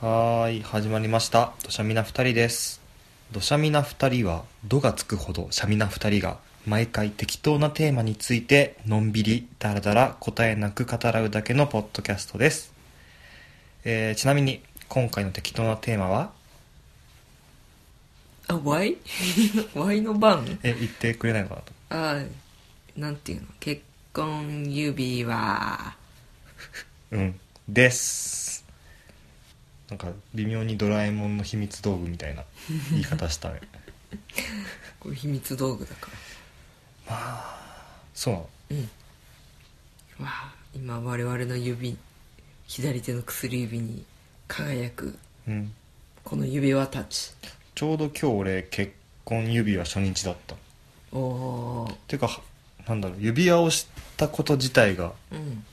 はーい、始まりました。土砂みな二人です。土砂みな二人は、土がつくほどシャミな二人が、毎回適当なテーマについて、のんびり、だらだら、答えなく語らうだけのポッドキャストです。えーちなみに、今回の適当なテーマは、あ、ワイ ワイの番え、言ってくれないのかなと。あ、なんていうの結婚指輪。うん。です。なんか、微妙にドラえもんの秘密道具みたいな言い方したね。これ秘密道具だかそうなのら。わあ、今我々の指、左手の薬指に輝くうん。この指輪たち。ちょうど今日俺、結婚指輪初日だった。おー、ていうかなんだろう指輪をしたこと自体がうん。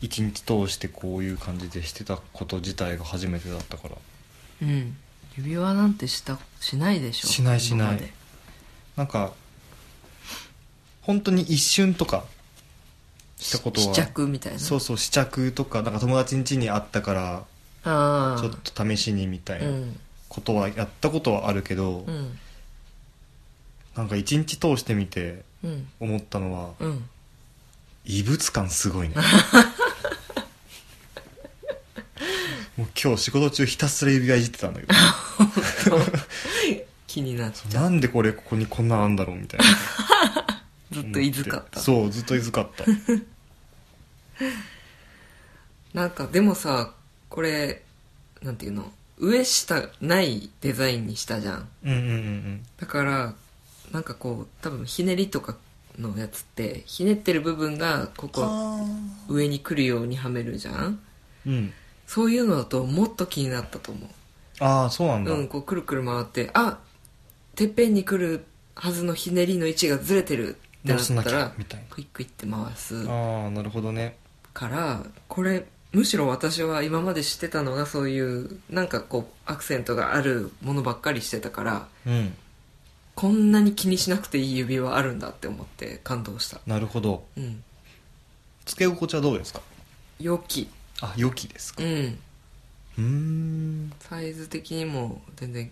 一日通してこういう感じでしてたこと自体が初めてだったからうん。指輪なんてした、しないでしょしないしない今までなんか本当に一瞬とかしたことは試着みたいな。そうそう試着とかなんか友達ん家にあったからああ。。ちょっと試しにみたいうなんことはやったことはあるけど、うん。なんか一日通してみてうん。思ったのはうん。異物感すごいねもう今日仕事中ひたすら指輪いじってたんだけど 気になっちゃなう。んでこれここにこんなのあんだろうみたいな ずっといずかった。そうずっといずかった なんかでもさこれなんていうの上下ないデザインにしたじゃんうんうんうんだからなんかこう多分ひねりとかのやつってひねってる部分がここ上に来るようにはめるじゃんうんうんそういうのだともっと気になったと思ああそうなんうだ、うんこうくるくる回ってあてっぺんに来るはずのひねりの位置がずれてるっどてなうっすんなたきゃらみたいなクイックイって回すああなるほどねからこれむしろ私は今まで知ってたのがそういうなんかこうアクセントがあるものばっかりしてたからうんこんなに気にしなくていい指輪あるんだって思って感動したなるほどうんつけ心地はどうですか良きあ良きですかうんうーんサイズ的にも全然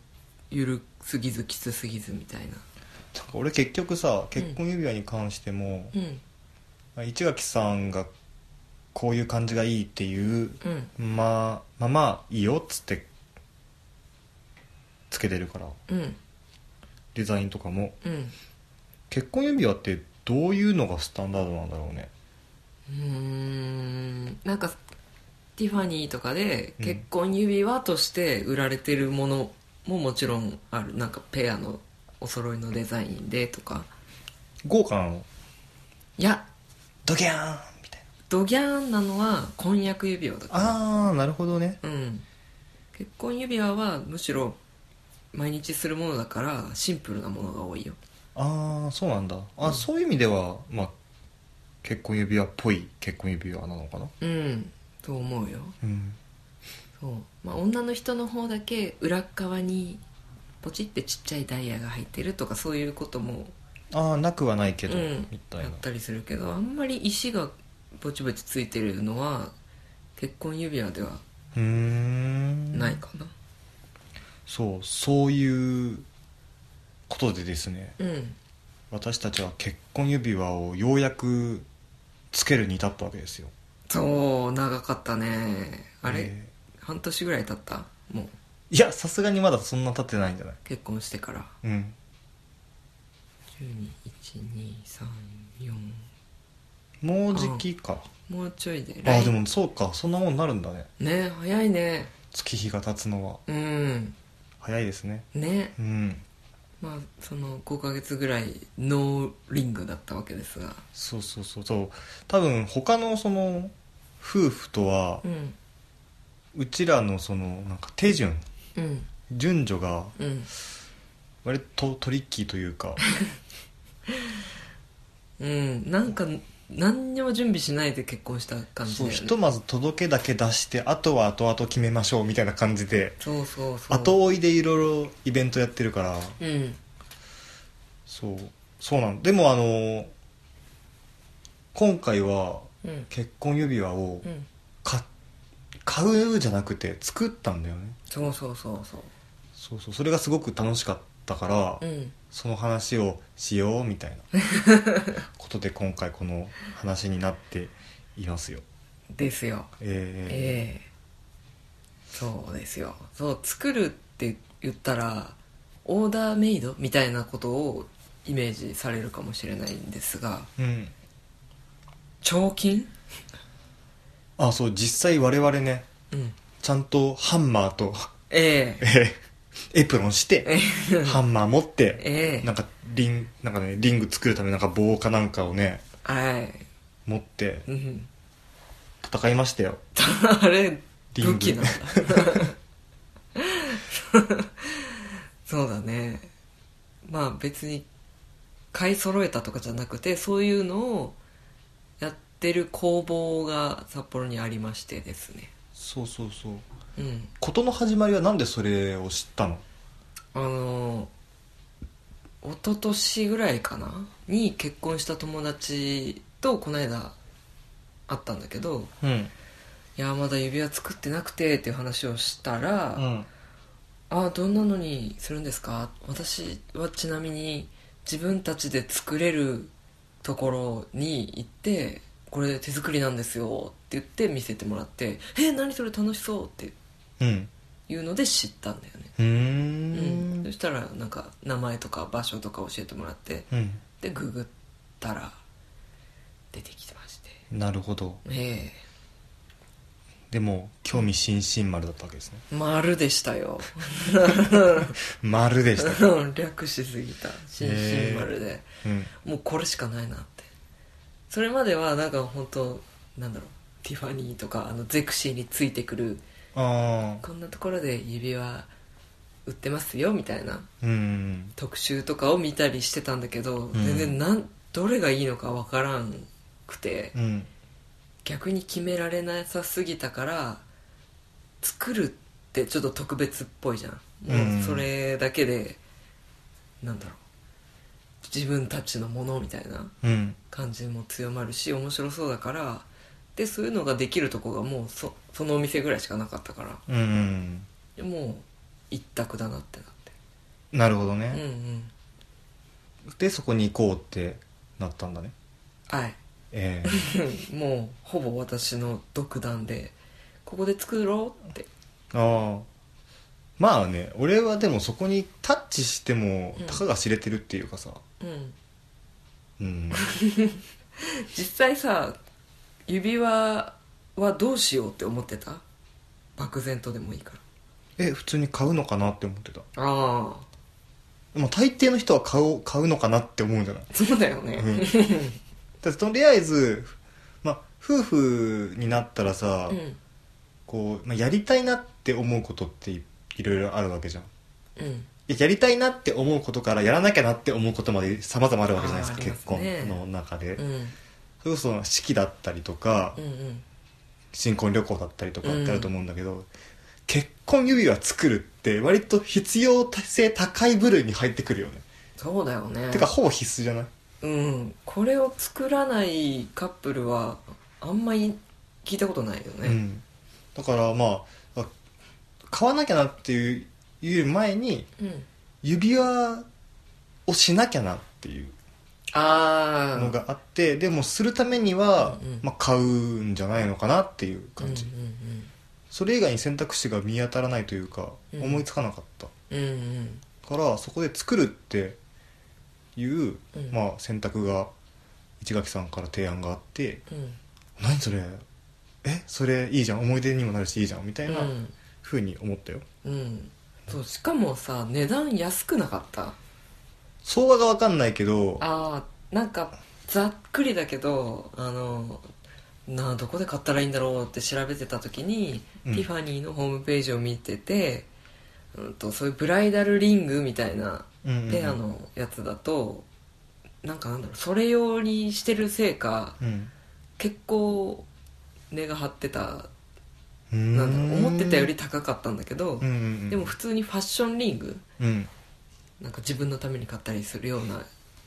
緩すぎずきつすぎずみたいななんか俺結局さ結婚指輪に関しても、うん市垣さんがこういう感じがいいっていううんまあまあまあいいよっつってつけてるからうんデザインとかもうん結婚指輪ってどういうのがスタンダードなんだろうねうーんなんかティファニーとかで結婚指輪として売られてるものももちろんあるなんかペアのお揃いのデザインでとか豪華なのいやドキャーンみたいドギャーンなのは婚約指輪だなかあーなるほどねらうん結婚指輪はむしろ毎日するものだからシンプルなものが多いよああそうなんだあ、うんそういう意味ではまあ結婚指輪っぽい結婚指輪なのかなうんと思うようんそう、まあ、女の人の方だけ裏っ側にポチってちっちゃいダイヤが入ってるとかそういうこともああなくはないけど、うんみたいやなったりするけどあんまり石がぼちぼちついてるのは結婚指輪ではうーんないかなそうそういうことでですねうん、私たちは結婚指輪をようやくつけるに至ったわけですよそう長かったねあれ、え半年ぐらい経ったもうーいやさすがにまだそんな経ってないんじゃない結婚してからうん12123もうじきかもうちょいであ来あでもそうかそんなもんなるんだねね早いね月日が経つのはうん早いですねねうんまあその5ヶ月ぐらいノーリングだったわけですがそうそうそうそう多分他のその夫婦とはうんうちらのそのなんか手順うん順序がうん割とトリッキーという かうんなんか何にも準備しないで結婚した感じだそうよねひとまず届けだけ出してあとは後々決めましょうみたいな感じでそうそうそう後追いでいろいろイベントやってるからうんそうそうなのでもあの今回はうん結婚指輪をうんか買買うじゃなくて作ったんだよねそうそうそうそそうそうそれがすごく楽しかったから、ううんその話をしようみたい なことで今回この話になっていますよですよえええそうですよそう作るって言ったらオーダーメイドみたいなことをイメージされるかもしれないんですがえうん彫金あそう実際我々ねうんちゃんとハンマーとえええエプロンしてハンマー持ってええなんかリンなんかねリング作るためなんか棒かなんかをねはい持ってうん戦いましたよあれリング武器なんだそうだねまあ別に買い揃えたとかじゃなくてそういうのをやってる工房が札幌にありましてですねそうそうそううん事の始まりはなんでそれを知ったのあの一昨年ぐらいかなに結婚した友達とこの間会ったんだけどうん「いやまだ指輪作ってなくて」っていう話をしたら「うんあどんなのにするんですか私はちなみに自分たちで作れるところに行ってこれ手作りなんですよって言って見せてもらって「え何それ楽しそう」ってうんいうので知ったんだよね、うーうん、そんしたらなんか名前とか場所とか教えてもらってうんでググったら出てきてましてなるほどえでも興味津々丸だったわけですねえ丸でしたよ丸でしたか 略しすぎた新進丸で、うんもうこれしかないなってそれまではなんか本当なんだろうティファニーとかあのゼクシーについてくるああこんなところで指輪売ってますよみたいなうん特集とかを見たりしてたんだけど、ん全然なんどれがいいのかわからんくて、うん逆に決められなさすぎたから作るってちょっと特別っぽいじゃんうもんうそれだけで、なんだろう自分たちのものみたいなうん感じも強まるし面白そうだからでそういうのができるとこがもうそそのお店ぐらいしかなかったからうんうんでもう一択だなってなってなるほどうんうね、んでそこに行こうってなったんだねはい えもうほぼ私の独断でここで作ろうってえああまあね俺はでもそこにタッチしてもうんたかが知れてるっていうかさうんうん、実際さ指輪はどうしようって思ってた漠然とでもいいからえ普通に買うのかなって思ってたああでも大抵の人は買う買うのかなって思うんじゃないそうだよね うんだってとりあえず、まあ、夫婦になったらさ、うんこうまあ、やりたいなって思うことっていいろいろあるわけじゃんうんいややりたいなって思うことからやらなきゃなって思うことまで様々あるわけじゃないですかあーありま結すね婚の中で、うんそれこそ式だったりとか、うんうん新婚旅行だったりとかってあると思うんだけど、結婚指輪作るって割と必要性高い部類に入ってくるよね、そうだよねてかほぼ必須じゃないうんこれを作らないカップルはあんまり聞いたことないようねん、だからまああ買わなきゃなっていういう前にうん、指輪をしなきゃなっていうああのがあって、でもするためには、うんうんまあ、買うんじゃないのかなっていう感じ、うそれ以外に選択肢が見当たらないというか、うん思いつかなかったんうんうんうんからそこで作るっていう、うんまあ、選択が市垣さんから提案があってうんうん「何それえそれいいじゃん思い出にもなるしいいじゃん」みたいなうんふうに思ったよ、うんそうしかもさ値段安くなかった相場が分かんないけどあーなんかざっくりだけどあのなあどこで買ったらいいんだろうって調べてた時に、うんティファニーのホームページを見てて、うん、とそういうブライダルリングみたいなうんうんうんペアのやつだと、なんかなんだろうそれ用にしてるせいかうん結構値が張ってたうーんなんだろう思ってたより高かったんだけど、うんうんうんでも普通にファッションリングうんなんか自分のために買ったりするような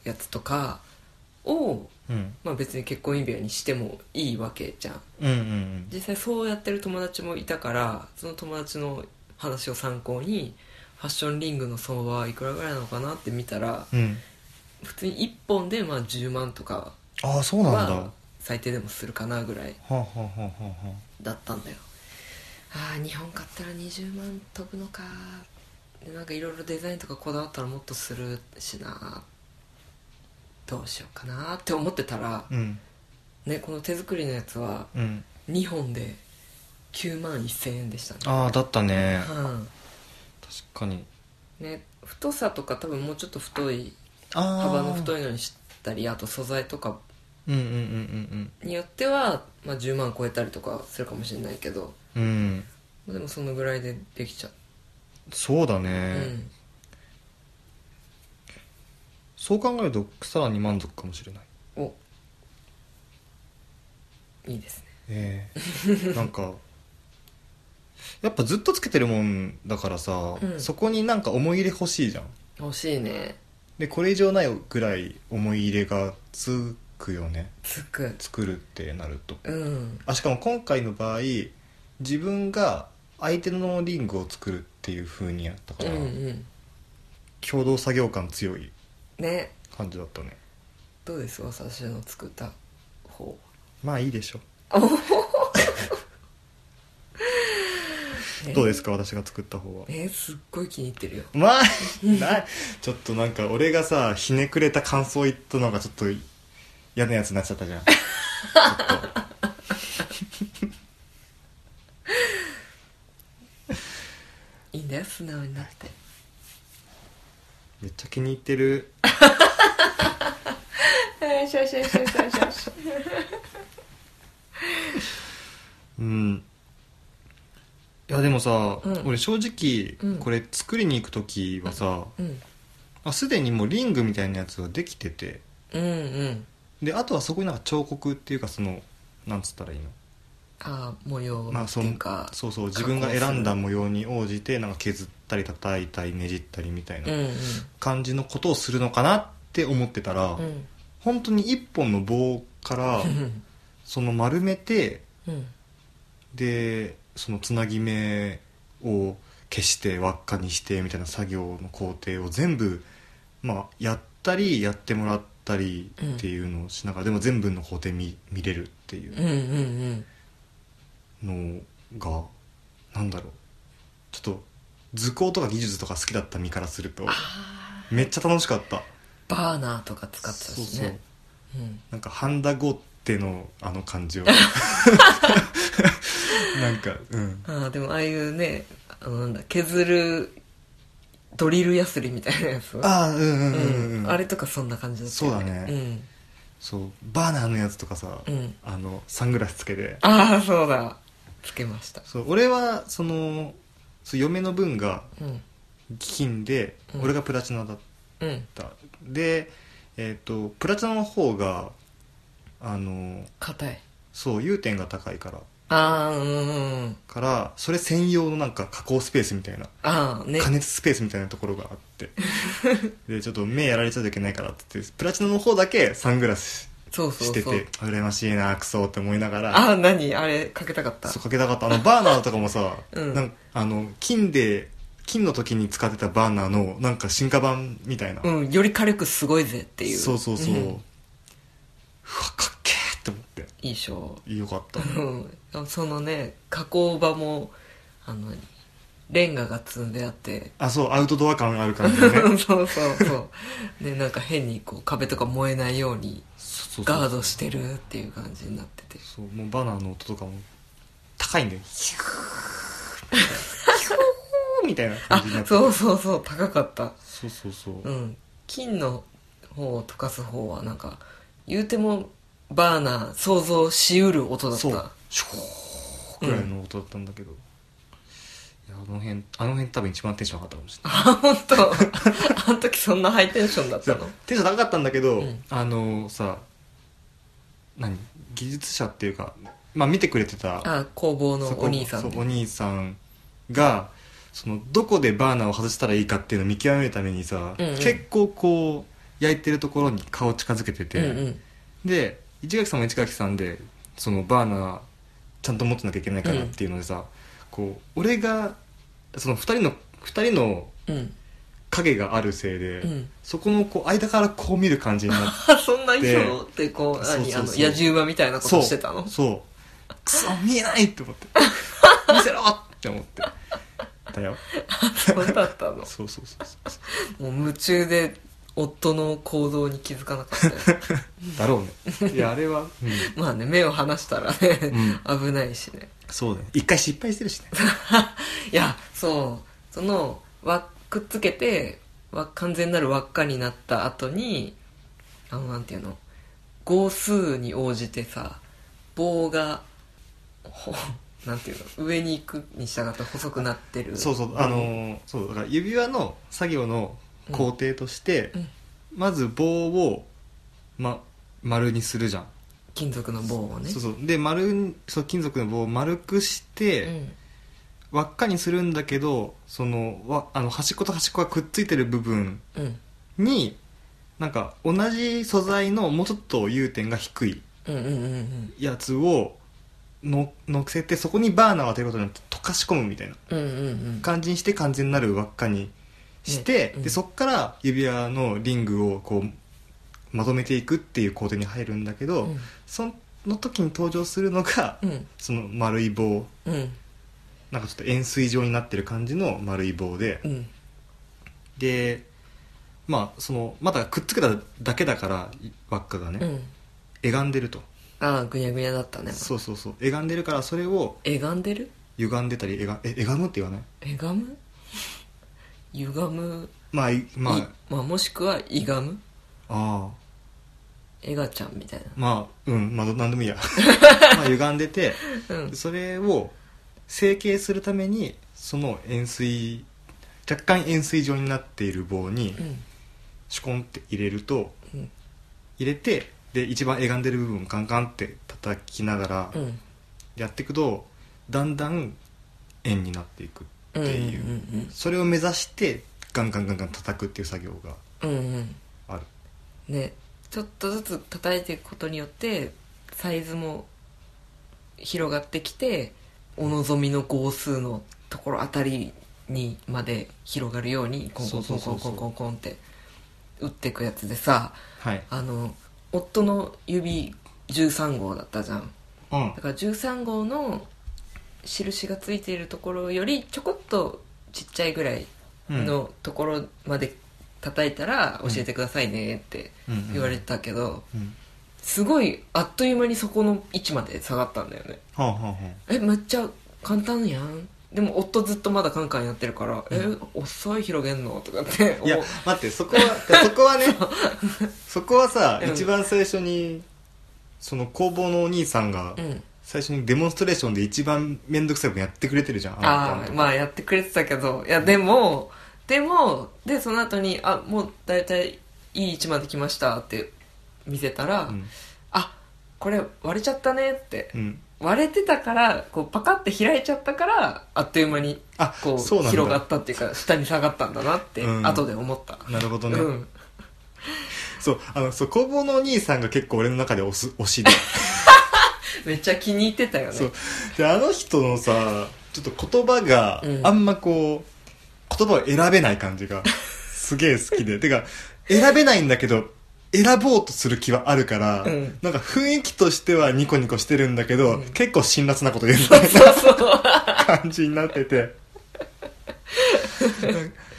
やつとかを、うんまあ、別に結婚指輪にしてもいいわけじゃんうんうん実際そうやってる友達もいたからその友達の話を参考にファッションリングの相場はいくらぐらいなのかなって見たらうんうん普通に1本でまあ10万とかああそうなんだ、は最低でもするかなぐらいはあ、はあはあはあはだったんだよああ2本買ったら20万飛ぶのかでなんかいろいろデザインとかこだわったらもっとするしなどうしようかなって思ってたらあ、うんねこの手作りのやつはうん2本で9万1000円でしたねああだったねうん確かにね太さとか多分もうちょっと太いああ幅の太いいのにしたりあと素材とかうんうんうんによっては、まあ、10万超えたりとかするかもしれないけどうんうんうんでもそのぐらいでできちゃう、そうだね、うんそう考えるとさらに満足かもしれないおいいですねええ なんかやっぱずっとつけてるもんだからさ、うんそこになんか思い入れ欲しいじゃん欲しいねでこれ以上ないぐらい思い入れがつくよねつく作るってなるとうんあしかも今回の場合自分が相手のリングを作るっていう風にやったかうんうら、ん共同作業感強いね感じだったねどうです私の作った方まあいいでしょ ねどうですか私が作った方はえすっごい気に入ってるよまあなちょっとなんか俺がさひねくれた感想言ったのがちょっと嫌なやつになっちゃったじゃんちょっといいんだよ素直になってめっちゃ気に入ってるよしよしよしよしよしよしうんいやでもさ、うん俺正う直んこれ作りに行く時はさ、うんあすでにもうリングみたいなやつはできててうんうんであとはそこになんか彫刻っていうかそのなんつったらいいのああ模様まあってそいのうか、そうそう自分が選んだ模様に応じてなんか削ったり叩いたりねじったりみたいうんなうん感じのことをするのかなって思ってたら、うん本当に一本の棒から うんその丸めてうんでそのつなぎ目を消して輪っかにしてみたいな作業の工程を全部、まあ、やったりやってもらったりっていうのをしながら、でも全部の工程見見れるっていうんううんうんのが、なんだろうちょっと図工とか技術とか好きだった身からするとああめっちゃ楽しかったバーナーとか使ってたしねうんなんかハンダゴッテのあの感 じをなんかうんああでもああいうねあのなんだ削るドリルヤスリみたいなやつああうんうんうんうん、うんあれとかそんな感じだったよそうだねそうバーナーのやつとかさ、うん、うん、あのサングラスつけてああそうだつけましたそう俺はそのそう嫁の分がうん金で、うん俺がプラチナだっうんたでえっ、とプラチナの方があの硬いそう融点が高いからああうんうんうんからそれ専用のなんか加工スペースみたいなああね加熱スペースみたいなところがあって でちょっと目やられちゃいけないからって言ってプラチナの方だけサングラスそうそうしそうてて羨ましいなクソって思いながらああ何あれかけたかったそうかけたかったあのバーナーとかもさ、 うんなんあの金で金の時に使ってたバーナーのなんか進化版みたいな、うんより軽くすごいぜっていうそうそうそう、んうわかっけーって思っいいショてよかったーうんそのね加工場もあのレンガが積んであってあそうアウトドア感がある感じだね そうそうそうでなんか変にこう壁とか燃えないようにそうそうそうガードしてるっていう感じになっててそうもうバーナーの音とかも高いんだよヒューヒューみたいな感あじになってそうそうそう高かったそうそうそう、うん金の方を溶かす方はなんか言うてもバーナー想像しうる音だっそうたシューくらいの音だったんだけど、いやあの辺あの辺多分一番テンション上がったかもしれないあ本当あの時そんなハイテンションだったのテンション高かったんだけど、うんあのさ何技術者っていうか、まあ、見てくれてたあ工房のそこお兄さんそうでお兄さんがそのどこでバーナーを外したらいいかっていうのを見極めるためにさ、うんうん結構こう焼いてるところに顔近づけてて、うんうんで市垣さんも市垣さんでそのバーナーちゃんと持ってなきゃいけないからっていうのでさ、こう俺がその2人の二人のうん影があるせいで、うんそこのこう間からこう見る感じになっあそんな衣装ってこうそうそう何そうあの野獣馬み たいなことしてたそうのそうクソ見えないって思って見せろって思ってだよ そうだったのそうそうそうそもう夢中で夫の行動に気づかなかっ たようだろうねいやあれは、うんまあね目を離したらね、危ないしねそうだよ一回失敗してるしねいやそうその輪くっつけて輪完全なる輪っかになった後にあのなんていうの号数に応じてさ棒がほなんていうの上に行くに従って細くなってるそうそうあのーそうだから指輪の作業の工程として、うんまず棒を、ま、丸にするじゃん、金属の棒をねそうそうで丸そう金属の棒を丸くして、うん輪っかにするんだけどそのわあの端っこと端っこがくっついてる部分うんになんか同じ素材のもうちょっと融点が低いうんうんうんうんやつをののせてそこにバーナーを当てることによって溶かし込むみたいなうんうんうん感じにして完全なる輪っかにして、ねうんでそっから指輪のリングをこうまとめていくっていう工程に入るんだけど、うんその時に登場するのが、うんその丸い棒うんなんかちょっと円錐状になってる感じの丸い棒で、うんでまあそのまだくっつけただけだから輪っかがね、うん歪んでるとああぐにゃぐにゃだったねそうそうそう歪んでるからそれをえがんでる歪んでたりえがえ歪むって言わないえがむ歪むまあいまいあまあ、もしくは「いがむ」ああ「えがちゃん」みたいまあうんまあ何で もいいやまあ歪んでてなうんそれを成形するためにその円錐若干円錐状になっている棒にうんシュコンって入れるとうん入れてで一番歪んでる部分をカンカンって叩きながらうんやっていくとだんだん円になっていくってうんいう、うんそれを目指してガンガンガンガン叩くっていう作業がうんうんうんあるねちょっとずつ叩いていくことによってサイズも広がってきてお望みの号数のところあたりにまで広がるようにコンコンコンコンコンコンコンって打っていくやつでさはいあの夫の指13号だったじゃんうんだから13号の印がついているところよりちょこっとちっちゃいぐらいのところまで叩いたらうん教えてくださいねって言われてたけどうんすごいあっという間にそこの位置まで下がったんだよねはあはあはえめっちゃ簡単やんでも夫ずっとまだカンカンやってるから「え遅い広げんの?」とかってあいや思う待ってそこは そこはねそこはさ、うん一番最初にその工房のお兄さんがうん最初にデモンストレーションで一番面倒くさいことやってくれてるじゃんあなあたのとこまあやってくれてたけどいやでも、でもでその後に「あもう大体いい位置まで来ました」って見せたら「うんあこれ割れちゃったね」って、うん割れてたからこうパカって開いちゃったからあっという間にあこうそうなんだ広がったっていうか下に下がったんだなってうん後で思った、なるほどうね、ん、そうあのそう工房のお兄さんが結構俺の中で推す推しでめっちゃ気に入ってたよねそうであの人のさちょっと言葉がうんあんまこう、言葉を選べない感じがすげえ好きでてか選べないんだけど選ぼうとする気はあるから、うんなんか雰囲気としてはニコニコしてるんだけど、うん結構辛辣なこと言うみそたういそうそうな感じになっててなんか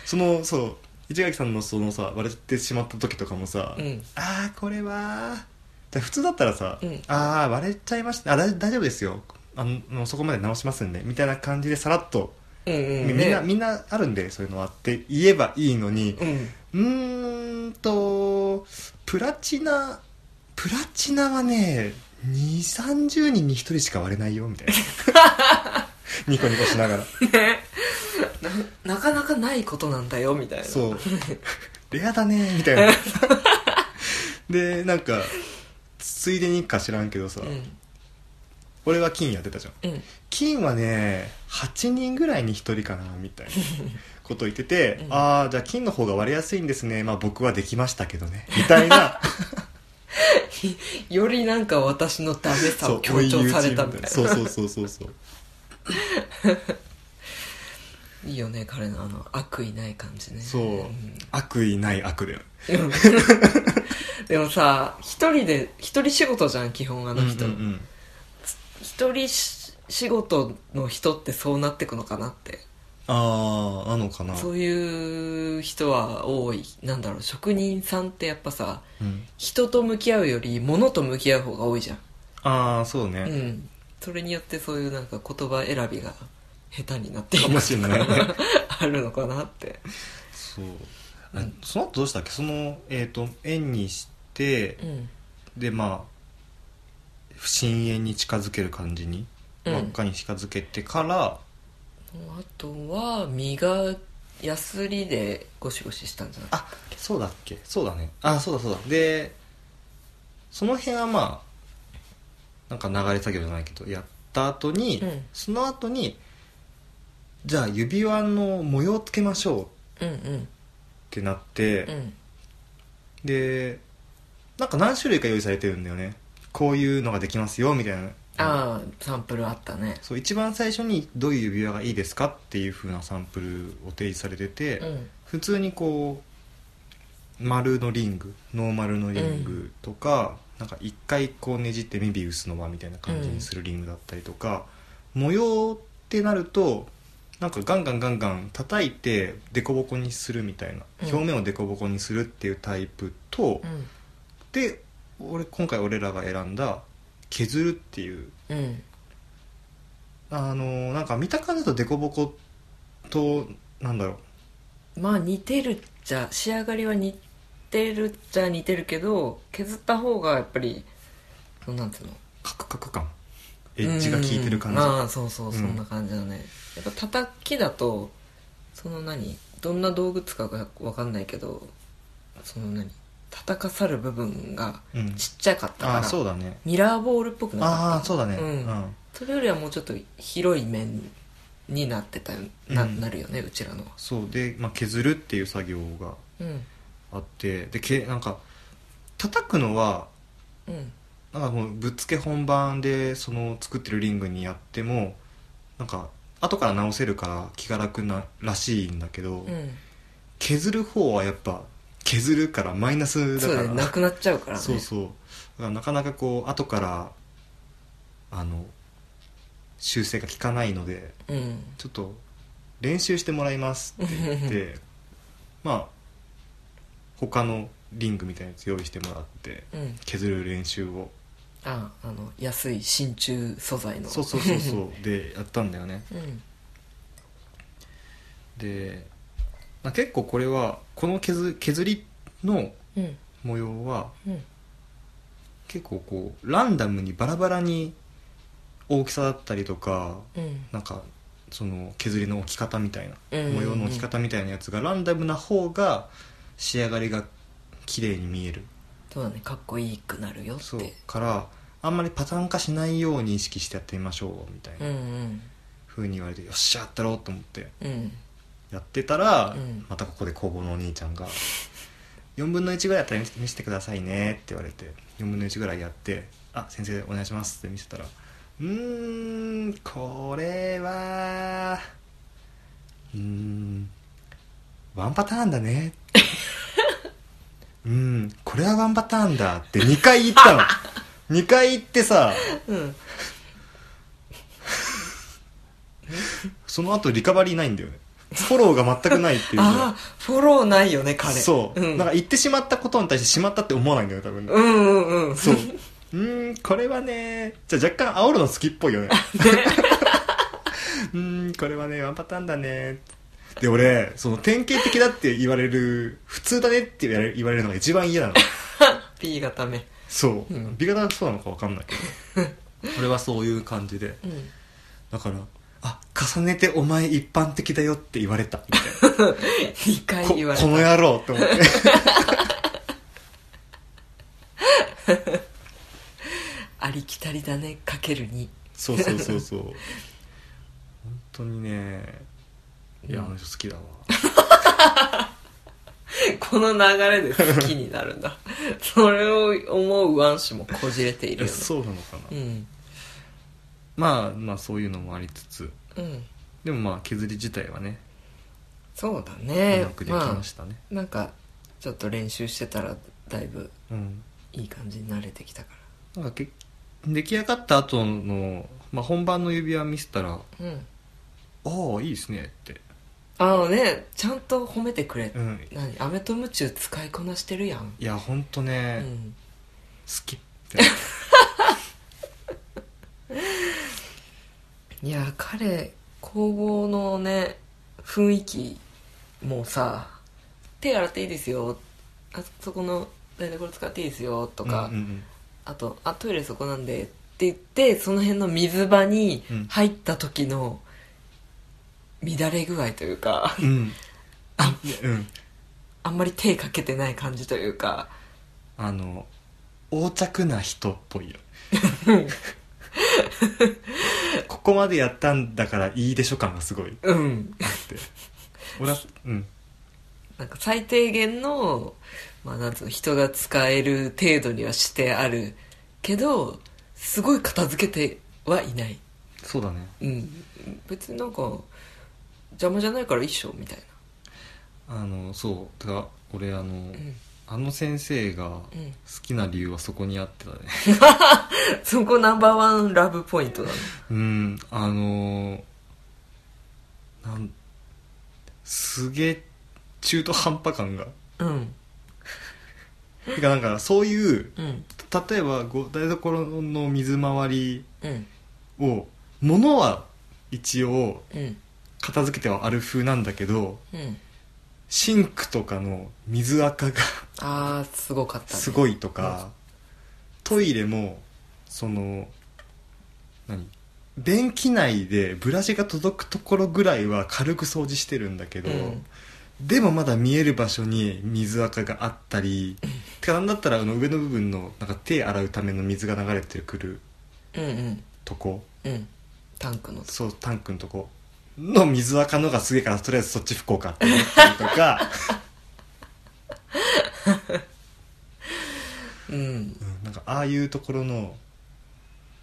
そのそう市垣さんのそのさ割れてしまった時とかもさ、うんああこれはじゃあ普通だったらさ「うんああ割れちゃいましたあだ大丈夫ですよあのもうそこまで直しますんで」みたいな感じでさらっと、うんうんみんなねみんなあるんでそういうのはって言えばいいのにうんうーんとプラチナプラチナはね2 3 0人に1人しか割れないよみたいな ニコニコしながらななかなかないことなんだよみたいなそうレアだねみたいな でなんかついでにか知らんけどさ、うん俺は金やってたじゃんうん金はね8人ぐらいに1人かなみ たいなこと言ってて、うんああじゃあ金の方が割れやすいんですねまあ僕はできましたけどねみたい なよりなんか私のダメさそうを強調されたみたいなそうそうそうそうそういいよね彼のあの悪意ない感じねそう、悪意ない悪だよねうん でもさ一人で一人仕事じゃん基本あの人、うんうんうん一人し仕事の人ってそうなってくのかなってああなのかなそういう人は多いなんだろう職人さんってやっぱさうん人と向き合うより物と向き合う方が多いじゃんああそうね、うんそれによってそういうなんか言葉選びが下手になっていくかもしれないね あるのかなってそううんあその後どうしたっけそのえっ、と円にしてうんでまあ不深淵に近づける感じにうん輪っかに近づけてから、あとは身がヤスリでゴシゴシしたんじゃないあそうだっけそうだねあそうだそうだでその辺はまあなんか流れ作業じゃないけどやった後に、うんその後にじゃあ指輪の模様をつけましょうっうんうんてなって、うんでなんか何種類か用意されてるんだよねこういうのができますよみたいなああサンプルあったねそう一番最初にどういう指輪がいいですかっていう風なサンプルを提示されてて、うん普通にこう丸のリングノーマルのリングとか、なんか一回こうねじってメビウスの輪みたいな感じにするリングだったりとか、模様ってなるとなんかガンガンガンガン叩いて凸凹にするみたいな、うん表面を凸凹にするっていうタイプと、うんで俺今回俺らが選んだ削るっていううんあのーなんか見た感じだと凸凹となんだろまあ似てるっちゃ仕上がりは似てるっちゃ似てるけど削った方がやっぱりそのなんつうのうカクカク感エッジが効いてる感じうんああそうそううんそんな感じだね、やっぱ叩きだとその何どんな道具使うかわかんないけどその何叩かさる部分がうんちっちゃかったあかあら、そうだねミラーボールっぽくなかったああそうだねうんそれよりはもうちょっと広い面になってたよな,、うんなるよねうちらのはそうで、まあ、削るっていう作業がうんあってでけなんか叩くのはうんなんかもうぶっつけ本番でその作ってるリングにやってもなんか後から直せるから気が楽ならしいんだけど、うん削る方はやっぱ削るからマイナスだそうからだねなくなっちゃうからねそうそうだからなかなかこう後からあの修正が効かないのでうんちょっと練習してもらいますって言って まあ他のリングみたいなやつ用意してもらってうん削る練習をああの安い真鍮素材のそうそうそうそう でやったんだよね うんで、まあ、結構これはこの削削りのうん模様はうん結構こうランダムにバラバラに大きさだったりとかうんなんかその削りの置き方みたいなうん模様の置き方みたいなやつがランダムな方が仕上がりが綺麗に見えるそうだねかっこいいくなるよってそうからあんまりパターン化しないように意識してやってみましょうみたいうんな風に言われてよっしゃやったろうと思ってうんうんやってたらうんまたここで工房のお兄ちゃんが「4分の1ぐらいやったら見せ見せてくださいね」って言われて4分の1ぐらいやって「あ先生お願いします」って見せたら「うーんこれはうーんワンパターンだね」 うーんこれはワンパターンだ」って2回言 ったの2回言ってさうんその後リカバリーないんだよねフォローが全くないっていうのがああフォローないよね彼そう、うん、なんか言ってしまったことに対してしまったって思わないんだよ多分ね、うんうんうんそううーんこれはねじゃあ若干煽るの好きっぽいよ ねうーんこれはねワンパターンだねで俺その典型的だって言われる普通だねって言われる言われるのが一番嫌なの P がダメそう、うん B 型がそうなのか分かんないけ ど俺はそういう感じでうんだからあ重ねてお前一般的だよって言われたみたいな2回こ言われこのた野郎って思ってありきたりだねかける2そうそうそうそう本当にねいやあの人好きだわこの流れで好きになるん だそれを思うワン氏もこじれているえよねそうなのかな、うんまあまあそういうのもありつつうんでもまあ削り自体はねそうだうねまくできまましたね、あなんかちょっと練習してたらだいぶうんいい感じに慣れてきたかなんかけ出来上がった後のまあ、本番の指輪見せたら「らうんああいいですね」って、あのねちゃんと褒めてくれうん、何アメとムチュ使いこなしてるやんいやほんとうね、好んきっていや彼工房のね雰囲気もうさ手洗っていいですよあそこの台所使っていいですよとか、うんうんあとあトイレそこなんでって言ってその辺の水場にうん入った時の乱れ具合というか、うん、うんあいやうんあんまり手かけてない感じというかあの横着な人っぽいよここまでやったんだからいいでしょ感がすごいうんあって俺はうんなんか最低限の、まあ、なんつうの人が使える程度にはしてあるけどすごい片付けてはいない、そうだねうん、別になんか邪魔じゃないから一緒みたいあのそうだから俺あの、な、うんあの先生が好うん、きな理由はそこにあってたねそこナンバーワンラブポイントなのうんあのなんすげえ中途半端感がうんてかなんかそういううん例えばご台所の水回りうんを物は一応うん片付けてはある風なんだけどうんシンクとかの水垢がああすごかった、ね、すごいいとかトイレもその何便器内でブラシが届くところぐらいは軽く掃除してるんだけど、うんでもまだ見える場所に水垢があった りてかなんだったらあの上の部分のなんか手洗うための水が流れてくるうんうんとこうんタンクのそうタンクのとこの水垢のがすげえからとりあえずそっち不幸かって思ったりとか、 うんうんなんかああいうところの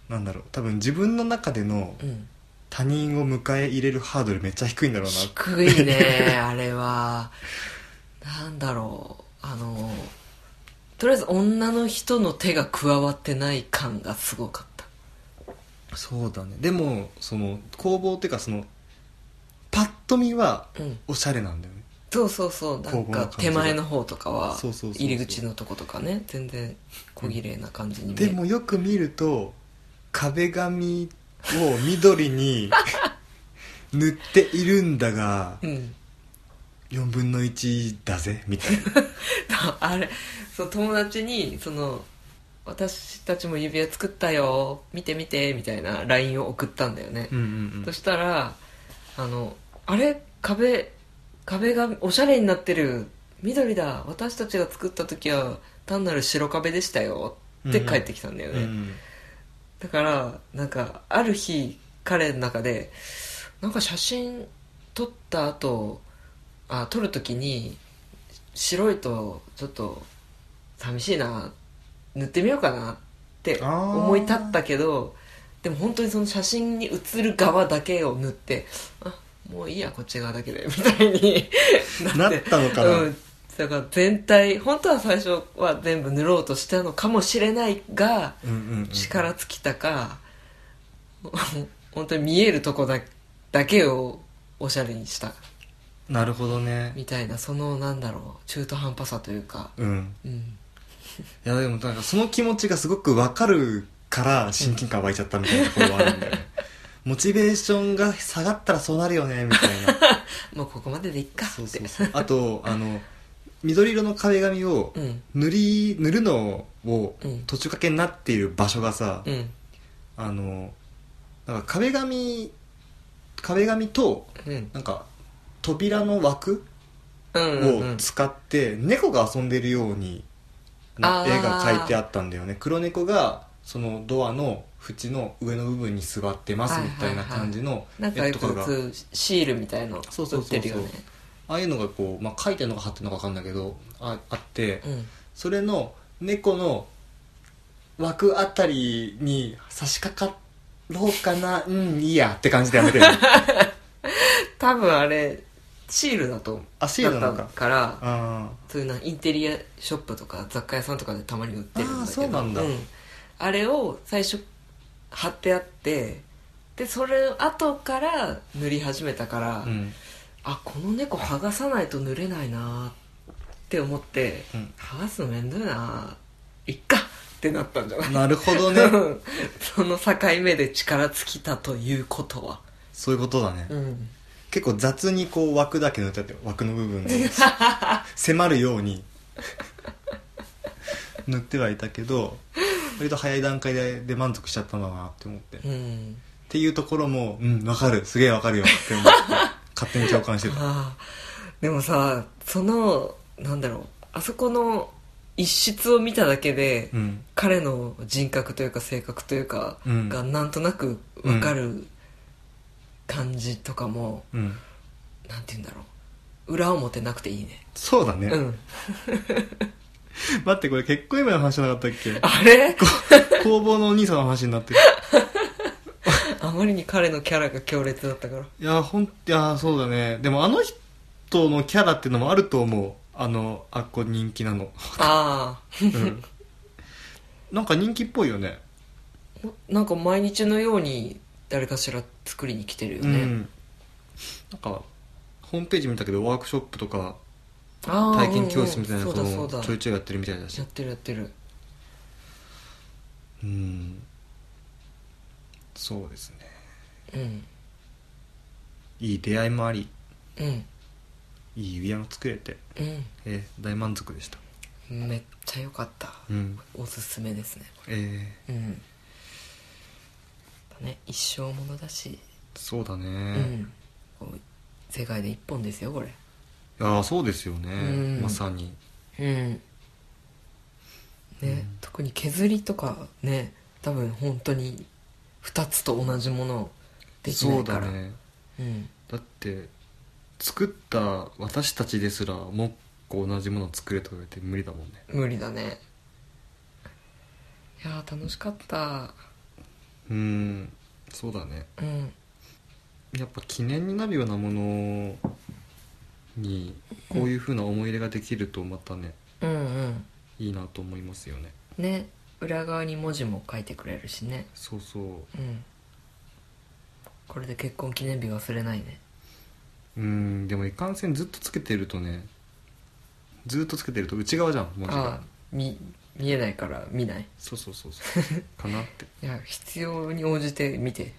なんだろう多分自分の中でのうん他人を迎え入れるハードルめっちゃ低いんだろうな低いねあれはなんだろうあのとりあえず女の人の手が加わってない感がすごかったそうだねでもその工房っていうかそのパッと見はうんおしゃれなんだよねそうそうそうなん工房のか感じが手前の方とかはそうそうそうそう入り口のとことかね全然小綺麗な感じに見えでるもよく見ると壁紙を緑に 塗っているんだがうん 4分の1だぜみたいなあれそう友達にその私たちも指輪作ったよ見て見てみたいな LINE を送ったんだよね、うんうんそしたらあの「あれ壁壁がおしゃれになってる緑だ私たちが作った時は単なる白壁でしたよ」って帰ってきたんだようね、んだからなんかある日彼の中でなんか写真撮った後あ撮る時に白いとちょっと寂しいな塗ってみようかなってあー思い立ったけどでも本当にその写真に写る側だけを塗ってあもういいやこっち側だけでみたいにななっってたのかな、うん、だから全体本当は最初は全部塗ろうとしたのかもしれないがうんうんうん力尽きたか、本当に見えるとこだだけをおしゃれにしたなるほどねみたいなそのなんだろう中途半端さというかうんうんいやでもなんかその気持ちがすごくわかるから親近感湧いちゃったみたいなところはあるんだよね、 モチベーションが下がったらそうなるよねみたい なもうここまででいっかってそうそうそうあとあの緑色の壁紙をうん塗り塗るのをうん途中掛けになっている場所がさ、うんあのなんか壁紙壁紙とうんなんか扉の枠うんうんをうん使って猫が遊んでるようなあ絵ーが描いてあったんだよね黒猫がそのドアの縁の上の部分に座ってますみたいな感じのなんか絵よとくかが普通シールみたいの売そうそうそうっそうてるよねああいうのがこう、まあ、書いてるのか貼ってるのか分かんないけどああってうんそれの猫の枠あたりに差し掛かろうかなうんいいやって感じでやめて る多分あれシールだとあシールなのだかったからあそういうなインテリアショップとか雑貨屋さんとかでたまに売ってるんだけどあーそうなんだあれを最初貼ってあってでそれ後から塗り始めたから、あうんあこの猫剥がさないと塗れないなって思って、うん剥がすのめんどいないっかってなったんじゃないなるほど ねその境目で力尽きたということはそういうことだねうん結構雑にこう枠だけ塗ってあって枠の部分で迫るように塗ってはいたけど割と早い段階でで満足しちゃったんだなって思って、 うっんていうところもうんわかるすげえわかるよって 思って勝手に共感してたああでもさそのなんだろうあそこの一室を見ただけで、うん彼の人格というか性格というかうんがなんとなくわかる感じとかも、うんなんて言うんだろう裏表なくていいねそうだね、うん待ってこれ結婚今の話じゃなかったっけ あれ工房のお兄さんの話になってるあまりに彼のキャラが強烈だったからいやほんいやそうだねでもあの人のキャラっていうのもあると思うあのあっこ人気なの あうんなんか人気っぽいよねあなんか毎日のように誰かしら作りに来てるようね、んなんかホームページ見たけどワークショップとかああ体験教室みたいなうんこうんとそうもだちょそういちょいやってるみたいだだしやってるやってるうんそうですねうんいい出会いもありうんいい指輪も作れて、うえー大満足でしたんめっちゃ良かったうんおすすめですねえうんね一生ものだし、ーそうだね、うんこう世界で一本ですよこれいやーそうですよね、うんまさにうんね、うん特に削りとかね多分本当に2つと同じものをできなそいうかだらねうんだって作った私たちですらもう個同じものを作れとか言って無理だもんね無理だねいやー楽しかったうんそうだねうんやっぱ記念になるようなものにこういうふうな思い入れができるとまたね、うんうんいいなと思いますよねね裏側に文字も書いてくれるしねそうそううんこれで結婚記念日忘れないねうんでもいかんせんずっとつけてるとねずっとつけてると内側じゃん文字あがあ見見えないから見ないそうそうそうそうかなっていや必要に応じて見て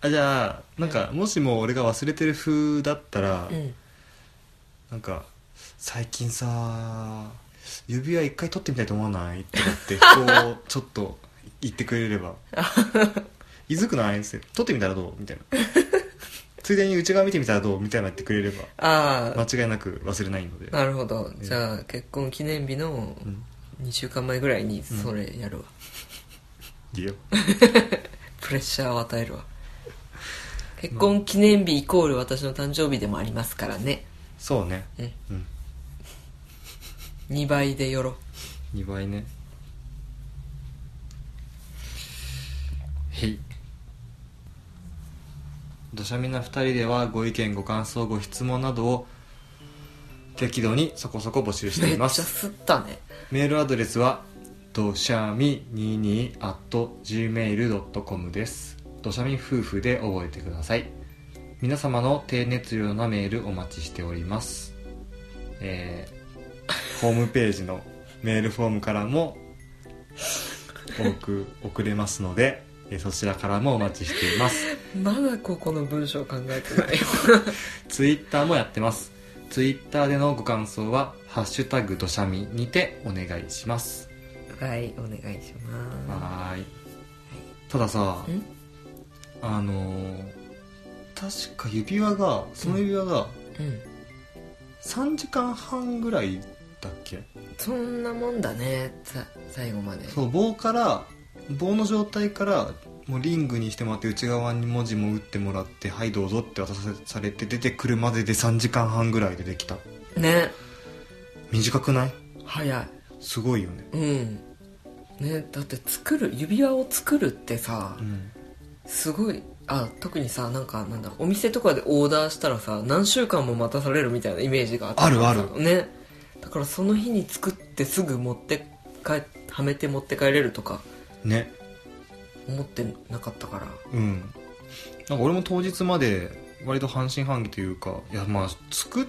あじゃあなんかもしも俺が忘れてる風だったら、うんなんか最近さ指輪一回取ってみたいと思わないとかってこうちょっと言ってくれれば「いずくない?」っつって「取ってみたらどう?」みたいなついでに内側見てみたらどうみたいなの言ってくれればああ間違いなく忘れないので、なるほどじゃあ結婚記念日のうん、 2週間前ぐらいにそれやるわ、いいよプレッシャーを与え るわ結婚記念日イコール私の誕生日でもありますからねそうねうんうん2倍でよろ2倍ねはい土砂みな2人ではご意見ご感想ご質問などを適度にそこそこ募集しめてっいちゃます吸ったねメールアドレスはどしゃみ22 at gmail.com ですどしゃみ夫婦で覚えてください皆様の低熱量なメールお待ちしておりますえー、ホームページのメールフォームからも多く送れますのでえーそちらからもお待ちしていますまだここの文章考えてないよツイッターもやってます。ツイッターでのご感想は、ハッシュタグどしゃみにてお願いします。はいお願いしまはーい。たださす、んあのー確か指輪が、その指輪がうん3時間半ぐらいだっけそんなもんだねさ最後までそう棒から棒の状態からもうリングにしてもらって内側に文字も打ってもらって「はいどうぞ」って渡さされて出てくるまでで3時間半ぐらいでできたね短くない早いすごいよねうんねだって作る指輪を作るってさうんすごいあ特にさなんかなんだろうお店とかでオーダーしたらさ何週間も待たされるみたいなイメージがあったあるあるねだからその日に作ってすぐ持って帰はめて持って帰れるとかね思ってなかったからうんなんか俺も当日まで割と半信半疑というかいやまあ作っ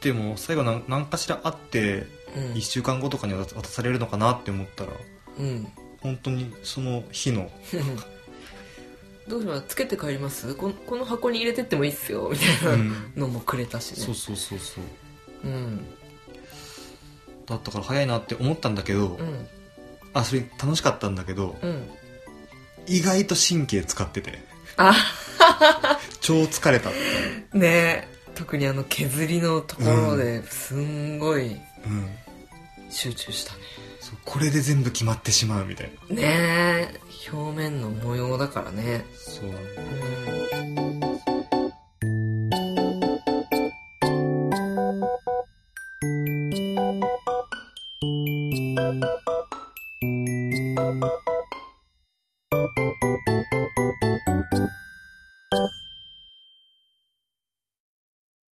ても最後なん何かしらあってうん1週間後とかに渡渡されるのかなって思ったらうん本当にその日の どうしますつけて帰りますこのこの箱に入れてってもいいっすよみたういなんのもくれたしねそうそうそうそううんだったから早いなって思ったんだけど、うんあそれ楽しかったんだけど、うん意外と神経使っててあ超疲れたねえ特にあの削りのところですんごいうん集中したね、そうこれで全部決まってしまうみたいなねえ表面の模様だからねそううん